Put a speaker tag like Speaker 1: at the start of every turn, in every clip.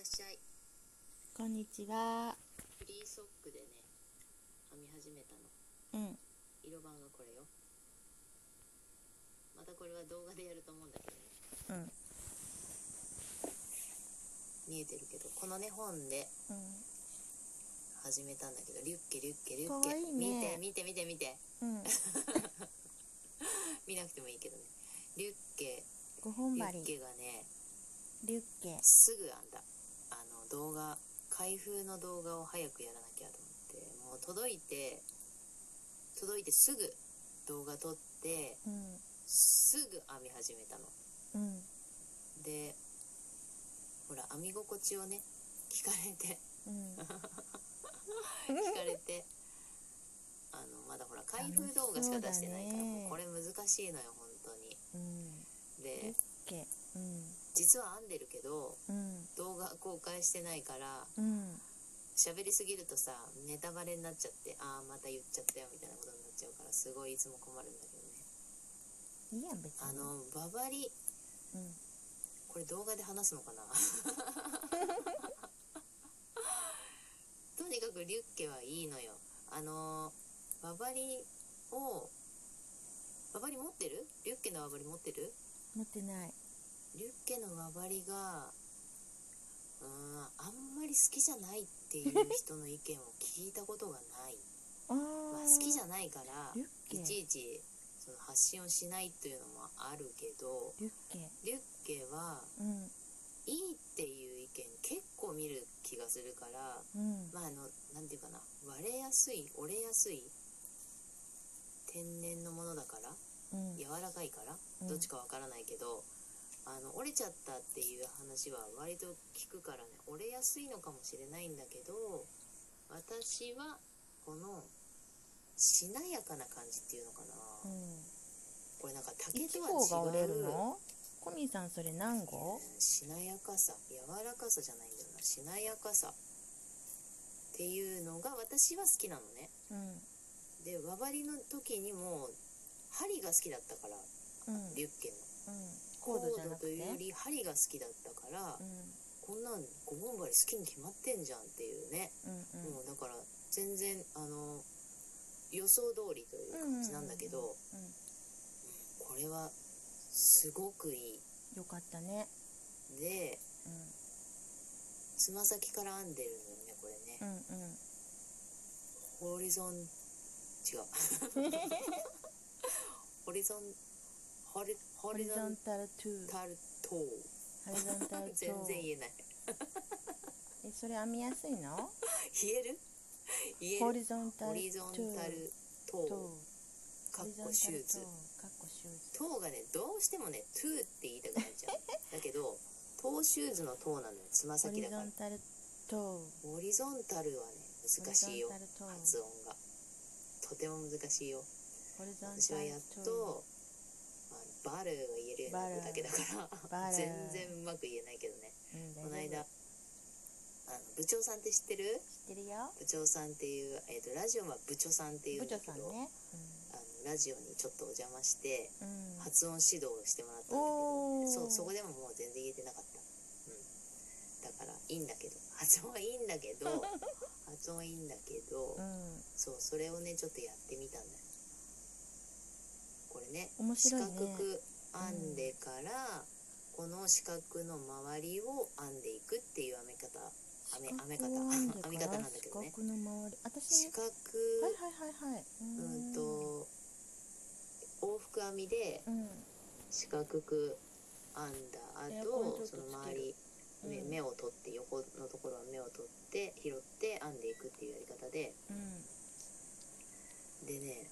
Speaker 1: っしゃい
Speaker 2: こんにちは。
Speaker 1: フリーソックでね編み始めたの
Speaker 2: うん。
Speaker 1: 色番がこれよまたこれは動画でやると思うんだけどね
Speaker 2: うん。うん。
Speaker 1: 見えてるけどこのね本で始めたんだけどリュッケリュッケリュッ
Speaker 2: かわ
Speaker 1: ケ
Speaker 2: いいね
Speaker 1: 見て見て見て見て
Speaker 2: うん。
Speaker 1: 見なくてもいいけどねリュッケ
Speaker 2: 五本
Speaker 1: リュ
Speaker 2: 針
Speaker 1: ッ。ケがね
Speaker 2: リュッケ。
Speaker 1: すぐあんだあの動画開封の動画を早くやらなきゃと思ってもう届いて届いてすぐ動画撮って
Speaker 2: うん。
Speaker 1: すぐ編み始めたの
Speaker 2: うん。
Speaker 1: でほら編み心地をね聞かれ て
Speaker 2: うん。
Speaker 1: 聞かれてあのまだほら開封動画しか出してないから、
Speaker 2: 楽しそうだね
Speaker 1: もうこれ難しいのよ本当に
Speaker 2: うん。リュ
Speaker 1: で
Speaker 2: ッケ。うん。
Speaker 1: 実は編んでるけど
Speaker 2: うん。
Speaker 1: 動画公開してないから
Speaker 2: うん。
Speaker 1: 喋りすぎるとさネタバレになっちゃってああまた言っちゃったよみたいなことになっちゃうからすごいいつも困るんだけどね
Speaker 2: いいやん、別に。
Speaker 1: あのババリ
Speaker 2: うん。
Speaker 1: これ動画で話すのかな とにかくリュッケはいいのよあのババリをババリ持ってるリュッケのババリ持ってる
Speaker 2: 持ってない。
Speaker 1: リュッケのババリがうーんあんまり好きじゃないっていう人の意見を聞いたことがない
Speaker 2: ああ。
Speaker 1: まあ、好きじゃないから
Speaker 2: リュッケ
Speaker 1: いちいちその発信をしないというのもあるけど
Speaker 2: リュッケ。
Speaker 1: リュッケは
Speaker 2: うん。
Speaker 1: いいっていう意見結構見る気がするから
Speaker 2: うん。
Speaker 1: まああのなんていうかな割れやすい折れやすい天然のものだから
Speaker 2: うん。
Speaker 1: 柔らかいから
Speaker 2: うん
Speaker 1: どっちかわからないけど、あの折れちゃったっていう話は割と聞くからね折れやすいのかもしれないんだけど私はこのしなやかな感じっていうのか
Speaker 2: う
Speaker 1: な、
Speaker 2: ん。
Speaker 1: これなんか竹
Speaker 2: 一
Speaker 1: と
Speaker 2: 号が
Speaker 1: は違
Speaker 2: 折れ
Speaker 1: う
Speaker 2: るの。コミさん、それ何号。
Speaker 1: しなやかさ柔らかさじゃないんだよなしなやかさっていうのが私は好きなのね
Speaker 2: うん。
Speaker 1: で輪針の時にも針が好きだったから
Speaker 2: うん。
Speaker 1: リュッケの
Speaker 2: うん。コードじゃなく
Speaker 1: コードというよ
Speaker 2: て。
Speaker 1: り針が好きだったから、
Speaker 2: うん。
Speaker 1: こんなん五本針好きに決まってんじゃんっていうね、
Speaker 2: うん。うん
Speaker 1: も。うだから全然あの予想通りという感じなんだけど、
Speaker 2: うんうんうん。
Speaker 1: これはすごくいい
Speaker 2: よかったね。
Speaker 1: で
Speaker 2: うん。
Speaker 1: つま先から編んでるのよねこれね、
Speaker 2: うんうん
Speaker 1: ホリゾン違うホリゾンホリホ
Speaker 2: ホリ
Speaker 1: リ
Speaker 2: ゾ
Speaker 1: ゾン
Speaker 2: ンタルトゥ
Speaker 1: タルト
Speaker 2: ホリゾンタルト
Speaker 1: 全然言
Speaker 2: ゥ
Speaker 1: えない
Speaker 2: えそれ編みやすいの
Speaker 1: 言える言える
Speaker 2: ホリゾンタ
Speaker 1: ホ
Speaker 2: ルト
Speaker 1: リゾンタルト
Speaker 2: ゥ
Speaker 1: かっこシューズ
Speaker 2: かっこシューズ
Speaker 1: トーがねどうしてもねトゥーって言いたくなっちゃうだけどトーシューズのトーなのよつま
Speaker 2: ホ
Speaker 1: 先
Speaker 2: リ
Speaker 1: だか
Speaker 2: ゾ
Speaker 1: ら
Speaker 2: ンタルト
Speaker 1: ホリゾンタルはね
Speaker 2: ゥ
Speaker 1: 難しいよ
Speaker 2: ホリゾンタル
Speaker 1: 発
Speaker 2: トゥ
Speaker 1: 音がとても難しいよ
Speaker 2: ホリゾン
Speaker 1: 私は
Speaker 2: タル
Speaker 1: やっ
Speaker 2: ト
Speaker 1: と、まあ、バルーが言えるようになっただけだから
Speaker 2: バルー
Speaker 1: 全然うまく言えないけどね
Speaker 2: ゥう
Speaker 1: こ
Speaker 2: ん大丈夫
Speaker 1: の間あ
Speaker 2: 知
Speaker 1: の部長さんって知ってる
Speaker 2: ってるよ
Speaker 1: 部長さんっていう、えー、とラジオは部長さんっていうん
Speaker 2: 部
Speaker 1: だけ
Speaker 2: 長さん
Speaker 1: ど、
Speaker 2: ね
Speaker 1: あのラジオにちょっとお邪魔して
Speaker 2: うんうん
Speaker 1: 発音指導をしてもらったんだけ
Speaker 2: おー
Speaker 1: どそうそこでももう全然言えてなかった、うん、だからいいんだけど発音はいいんだけ ど発音はいいんだけど、
Speaker 2: うん
Speaker 1: そうそれをねちょっとやってみたんだよこれね
Speaker 2: 面白いね
Speaker 1: 四角く編んでから、この四角の周りを編んでいくっていう編み方編み編み方
Speaker 2: 四角
Speaker 1: 編み
Speaker 2: い編んでから
Speaker 1: 方なんだけどね
Speaker 2: 四角の周り
Speaker 1: 四
Speaker 2: 私ね
Speaker 1: 角
Speaker 2: はいはいはいはいうー
Speaker 1: んと往復編みで
Speaker 2: うん
Speaker 1: 四角く編んだ
Speaker 2: エアコ
Speaker 1: 後
Speaker 2: ンち
Speaker 1: そ
Speaker 2: ょっ
Speaker 1: の
Speaker 2: とつける
Speaker 1: 周り目,、
Speaker 2: うん
Speaker 1: 目を取って横のところは目を取って拾って編んでいくっていうやり方で
Speaker 2: うん
Speaker 1: でね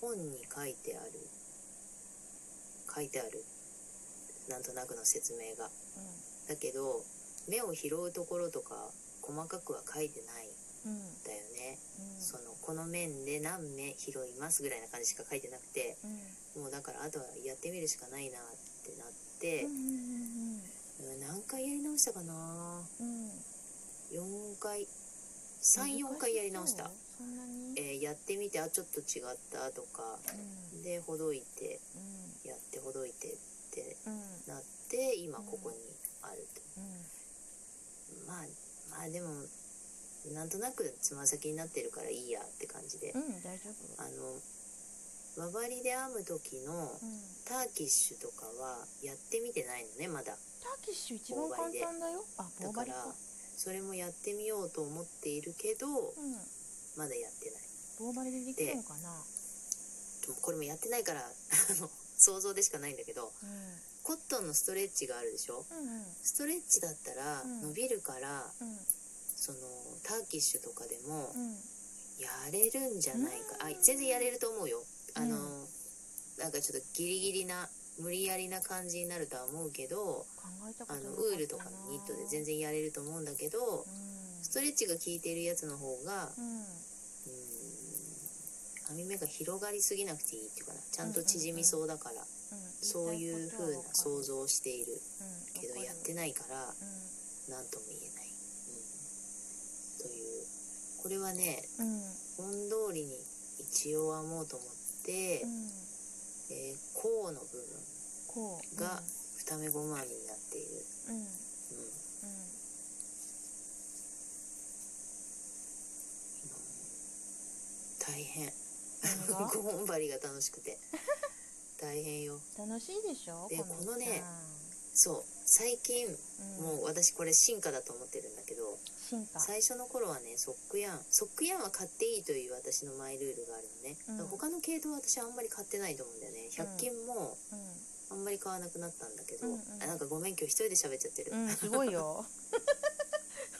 Speaker 1: 本に書いてある書いてあるなんとなくの説明がだけど目を拾うところとか細かくは書いてないん
Speaker 2: うんうん
Speaker 1: だよね、
Speaker 2: うん
Speaker 1: そのこの面で何目拾いますぐらいな感じしか書いてなくて
Speaker 2: うん
Speaker 1: もうだからあとはやってみるしかないなってなって
Speaker 2: う、んうん
Speaker 1: うん何回やり直したかな
Speaker 2: うんうん
Speaker 1: 4回34回やり直した
Speaker 2: 難、そうそんなに
Speaker 1: えーやってみてあちょっと違ったとか
Speaker 2: うん
Speaker 1: でほどいて
Speaker 2: うん
Speaker 1: やってほどいてって
Speaker 2: うん
Speaker 1: なって今ここにあると、
Speaker 2: うん
Speaker 1: あーでもなんとなくつま先になってるからいいやって感じで、
Speaker 2: うん大丈夫
Speaker 1: あの輪針で編む時の
Speaker 2: うん
Speaker 1: ターキッシュとかはやってみてないのねまだ
Speaker 2: ターキッシュ一番簡単だよあ
Speaker 1: だ
Speaker 2: 棒
Speaker 1: か
Speaker 2: 針
Speaker 1: ら
Speaker 2: か
Speaker 1: それもやってみようと思っているけど
Speaker 2: うん
Speaker 1: まだやってない
Speaker 2: 棒針でできるのかな
Speaker 1: でもこれもやってないからあの想像でしかないんだけど
Speaker 2: う
Speaker 1: コットンのストレッチがあるでしょ
Speaker 2: んうんうん
Speaker 1: ストレッチだったら
Speaker 2: うん
Speaker 1: 伸びるから、
Speaker 2: うん
Speaker 1: そのターキッシュとかでも
Speaker 2: うん
Speaker 1: やれるんじゃないか、
Speaker 2: うん
Speaker 1: あ全然やれると思うよあの、
Speaker 2: う
Speaker 1: なんかちょっとギリギリな無理やりな感じになるとは思うけど
Speaker 2: 考えたこ
Speaker 1: あ
Speaker 2: とな
Speaker 1: の
Speaker 2: かったな
Speaker 1: ウールとかのニットで全然やれると思うんだけど
Speaker 2: うん
Speaker 1: ストレッチが効いてるやつの方が
Speaker 2: うん
Speaker 1: うん編み目が広がりすぎなくていいっていうかなちゃんと縮みそうだから、
Speaker 2: うん
Speaker 1: そういう風な想像をしているけどやって
Speaker 2: な
Speaker 1: ないから
Speaker 2: い
Speaker 1: 何とも言えない、うん、というこれはね
Speaker 2: うんうん
Speaker 1: 本通りに一応編もうと思って、
Speaker 2: うん
Speaker 1: えー甲の部分
Speaker 2: こう
Speaker 1: が二目ごま編みになっている、
Speaker 2: うんうんうん
Speaker 1: うん、大変
Speaker 2: 何が
Speaker 1: 五本針が楽しく て大変よ
Speaker 2: 楽しいでしょ
Speaker 1: で
Speaker 2: の
Speaker 1: このね
Speaker 2: 期間
Speaker 1: そう最近
Speaker 2: うん
Speaker 1: もう私これ進化だと思ってるんだけど、
Speaker 2: 進化
Speaker 1: 最初の頃はねソックヤンソックヤンは買っていいという私のマイルールがあるのね、
Speaker 2: うん
Speaker 1: 他の系統は私あんまり買ってないと思うんだよね100均も
Speaker 2: うん
Speaker 1: あんまり買わなくなったんだけど、
Speaker 2: うんうん
Speaker 1: あなんかごめん今日一人で喋っちゃってる、
Speaker 2: うんすごいよ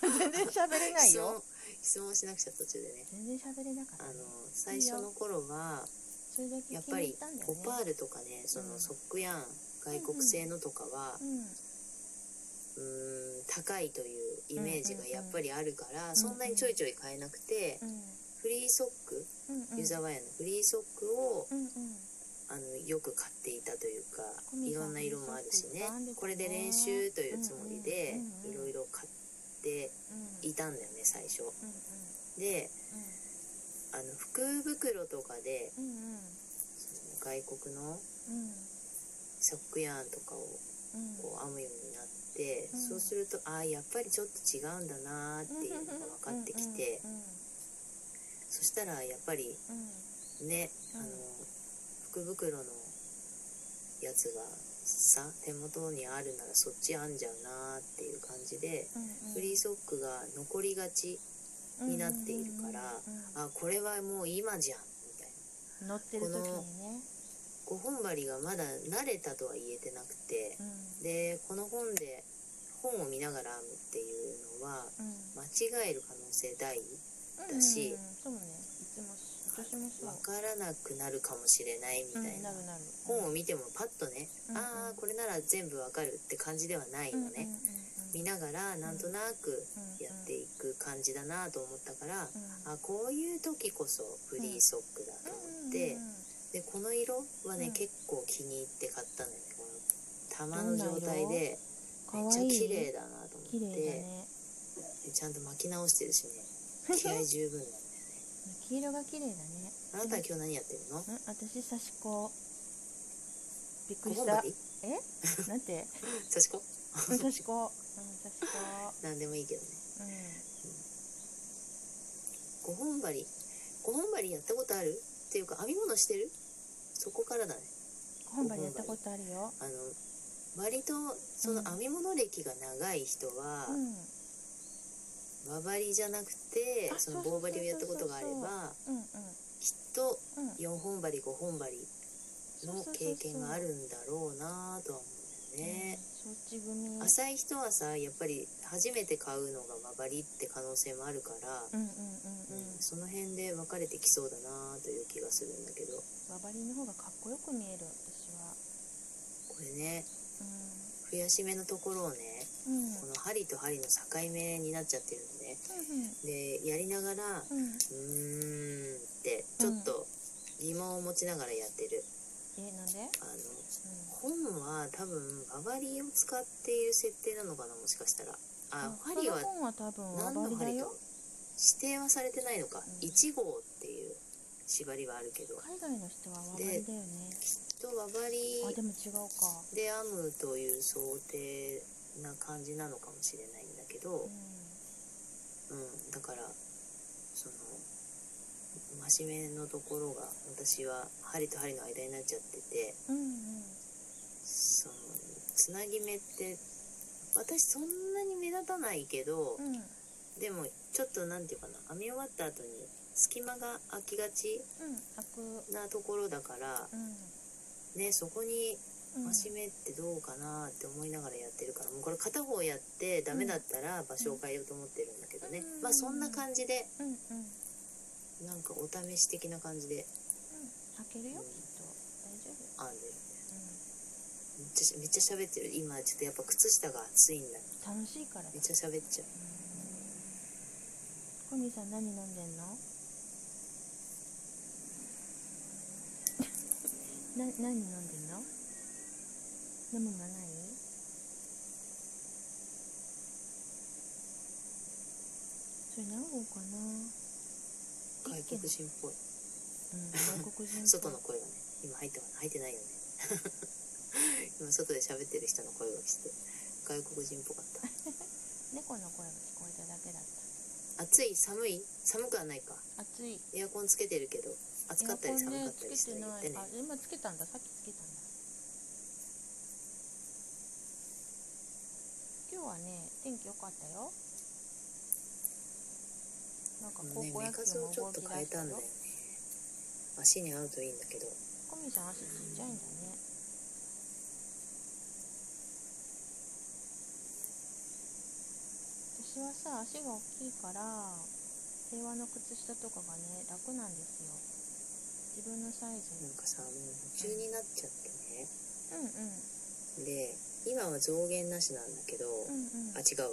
Speaker 2: 全然喋れない
Speaker 1: 質
Speaker 2: よ
Speaker 1: 問質問しなくちゃ途中でね
Speaker 2: 全然喋れなかった
Speaker 1: あの
Speaker 2: ね
Speaker 1: 最初の頃は
Speaker 2: それだけ
Speaker 1: やっ
Speaker 2: 気
Speaker 1: ぱ
Speaker 2: に入
Speaker 1: り
Speaker 2: ったんだよ
Speaker 1: オ
Speaker 2: ね
Speaker 1: パールとかねそのソックヤン外国製のとかは
Speaker 2: うん
Speaker 1: うーん高いというイメージがやっぱりあるから、
Speaker 2: ん
Speaker 1: そんなにちょいちょい買えなくて、
Speaker 2: う
Speaker 1: フリーソック
Speaker 2: んうん
Speaker 1: 湯沢屋のフリーソックを
Speaker 2: うんうん
Speaker 1: あのよく買っていたというか
Speaker 2: コミ
Speaker 1: い
Speaker 2: さん
Speaker 1: ろんな色もあるしね
Speaker 2: コミさんですね
Speaker 1: これで練習というつもりで
Speaker 2: うんうん
Speaker 1: い
Speaker 2: うんうん
Speaker 1: ろいろ買って
Speaker 2: うん
Speaker 1: いたんだよね最初
Speaker 2: うんうん
Speaker 1: であの福袋とかで
Speaker 2: うんうん
Speaker 1: その外国の
Speaker 2: うん
Speaker 1: ソックヤーンとかを
Speaker 2: うん
Speaker 1: こう編むようになって、
Speaker 2: うん
Speaker 1: そうするとああやっぱりちょっと違うんだなーっていうのが分かってきて
Speaker 2: うんうん
Speaker 1: そしたらやっぱり
Speaker 2: うん
Speaker 1: ね
Speaker 2: う
Speaker 1: あ
Speaker 2: ん
Speaker 1: の福袋のやつがさ手元にあるならそっち編んじゃうなーっていう感じで
Speaker 2: うん
Speaker 1: フリーソックが残りがちになっているから
Speaker 2: うんうんう
Speaker 1: あ
Speaker 2: ん
Speaker 1: これはもう今じゃんみたいな
Speaker 2: うん乗ってる時にね
Speaker 1: 五本針がまだ慣れたとは言えてなくて
Speaker 2: うん
Speaker 1: でこの本で本を見ながら編むっていうのは
Speaker 2: うん
Speaker 1: 間違える可能性大
Speaker 2: うん
Speaker 1: し
Speaker 2: うんうんそうねいつも私もそう
Speaker 1: わからなくなるかもしれないみた
Speaker 2: う
Speaker 1: い
Speaker 2: ん
Speaker 1: な
Speaker 2: なるなる
Speaker 1: 本を見てもパッとね
Speaker 2: うん
Speaker 1: ああこれなら全部わかるって感じではないのね見ながらなんとなくやっていく感じだなと思ったからあこういう時こそフリーソックだと思ってでこの色はね、
Speaker 2: うん
Speaker 1: 結構気に入って買ったんだよねこの玉の状態で
Speaker 2: か
Speaker 1: めっ
Speaker 2: わ
Speaker 1: ちゃ
Speaker 2: いい
Speaker 1: 綺麗だなと思って
Speaker 2: 綺麗だね
Speaker 1: ちゃんと巻き直してるし ね気合十分なんだよね
Speaker 2: 黄色が綺麗だね
Speaker 1: あなたは今日何やってるの
Speaker 2: うん私刺し子びっく
Speaker 1: 五
Speaker 2: り
Speaker 1: 本
Speaker 2: した
Speaker 1: 針
Speaker 2: えなんて
Speaker 1: 差し子
Speaker 2: うん刺し子うん刺し子
Speaker 1: 何でもいいけどね
Speaker 2: う
Speaker 1: 五本針五本針やったことあるっていうか編み物してるそこからだね
Speaker 2: ん本場でやったことあるよ
Speaker 1: あの割とその編み物歴が長い人は、
Speaker 2: うん
Speaker 1: 輪針じゃなくて
Speaker 2: あ
Speaker 1: その棒
Speaker 2: そうそうそうそ
Speaker 1: 針を
Speaker 2: うそう
Speaker 1: やったことがあれば
Speaker 2: うんうん
Speaker 1: きっと
Speaker 2: うん
Speaker 1: 4本針5本針の経験があ
Speaker 2: る
Speaker 1: るんだろうなとは思うんだよね。
Speaker 2: 承知組
Speaker 1: 浅い人はさやっぱり初めて買うのが輪針って可能性もあるから、
Speaker 2: うんう
Speaker 1: う
Speaker 2: んうん
Speaker 1: ん
Speaker 2: うん
Speaker 1: その辺で分かれてきそうだなという気がするんだけど
Speaker 2: 輪針の方がかっこよく見える私は
Speaker 1: これね
Speaker 2: う
Speaker 1: 増やし目のところをね
Speaker 2: んうん
Speaker 1: この針と針の境目になっちゃってるのね。
Speaker 2: う
Speaker 1: でやりながら
Speaker 2: んうん
Speaker 1: うーんってちょっと疑問を持ちながらやってる、
Speaker 2: えなんで
Speaker 1: あの本は多分ババリーを使っている設定なのかなもしかしたらあ
Speaker 2: うん
Speaker 1: 針は
Speaker 2: この本は多分輪
Speaker 1: 何の
Speaker 2: 針だ
Speaker 1: 針か
Speaker 2: よ
Speaker 1: 指定はされてないのか、
Speaker 2: うん
Speaker 1: 1号っていう縛りはあるけどきっ
Speaker 2: 海外の人は輪針だよね
Speaker 1: とババリ
Speaker 2: あ
Speaker 1: ー
Speaker 2: でも違うか
Speaker 1: で編むという想定な感じなのかもしれないんだけど、
Speaker 2: うん
Speaker 1: ううん、だからその真面目のところが私は針と針の間になっちゃってて
Speaker 2: うんうん
Speaker 1: そのつなぎ目って私そんなに目立たないけど、
Speaker 2: うんうん
Speaker 1: でもちょっとなんていうかな編み終わった後に隙間が空きがち
Speaker 2: 開くう
Speaker 1: なところだから、
Speaker 2: ん
Speaker 1: ねそこに
Speaker 2: うん
Speaker 1: 真面目ってどうかなって思いながらやってるからもうこれ片方やってダメだったら場所を変えようと思ってるんだけどね、
Speaker 2: うん
Speaker 1: まあそんな感じで
Speaker 2: うんうん
Speaker 1: なんかお試し的な感じで
Speaker 2: 開けるよきっと
Speaker 1: うん
Speaker 2: 大丈夫
Speaker 1: 編んでるめっちゃめっちゃ喋ってる今ちょっとやっぱ靴下が暑いんだ
Speaker 2: うん楽しいから
Speaker 1: めっちゃ喋っちゃう
Speaker 2: コニーさん何飲んでんの な何飲んでんの飲むもないそれ何号かな
Speaker 1: 外国人っぽい
Speaker 2: うん外国 人
Speaker 1: 外の声がね今入っても入ってないよね今外で喋ってる人の声がして外国人っぽかった
Speaker 2: 猫の声が聞こえただけだった
Speaker 1: 暑い寒い寒くはないか
Speaker 2: 暑い
Speaker 1: エアコンつけてるけど暑かったり寒かったりして
Speaker 2: エ
Speaker 1: 言
Speaker 2: アコ
Speaker 1: っ
Speaker 2: ンねつ
Speaker 1: てね
Speaker 2: けてないあ今つけたんださっきつけたんだ今日はね天気良かったよなんか高
Speaker 1: ね
Speaker 2: 校
Speaker 1: 寝
Speaker 2: 野
Speaker 1: か
Speaker 2: 球
Speaker 1: すを
Speaker 2: も
Speaker 1: ちょ
Speaker 2: 動
Speaker 1: っ
Speaker 2: き
Speaker 1: と
Speaker 2: 出
Speaker 1: 変え
Speaker 2: したた
Speaker 1: んだ
Speaker 2: よ
Speaker 1: よね足に合うといいんだけど
Speaker 2: コミさん足ちっちゃいんだね私はさ足が大きいから平和の靴下とかがね楽なんですよ自分のサイズ
Speaker 1: なん
Speaker 2: に
Speaker 1: かさもう夢中になっちゃってね
Speaker 2: うんうん
Speaker 1: で今は増減なしなんだけど、
Speaker 2: うんうん
Speaker 1: あ違うわ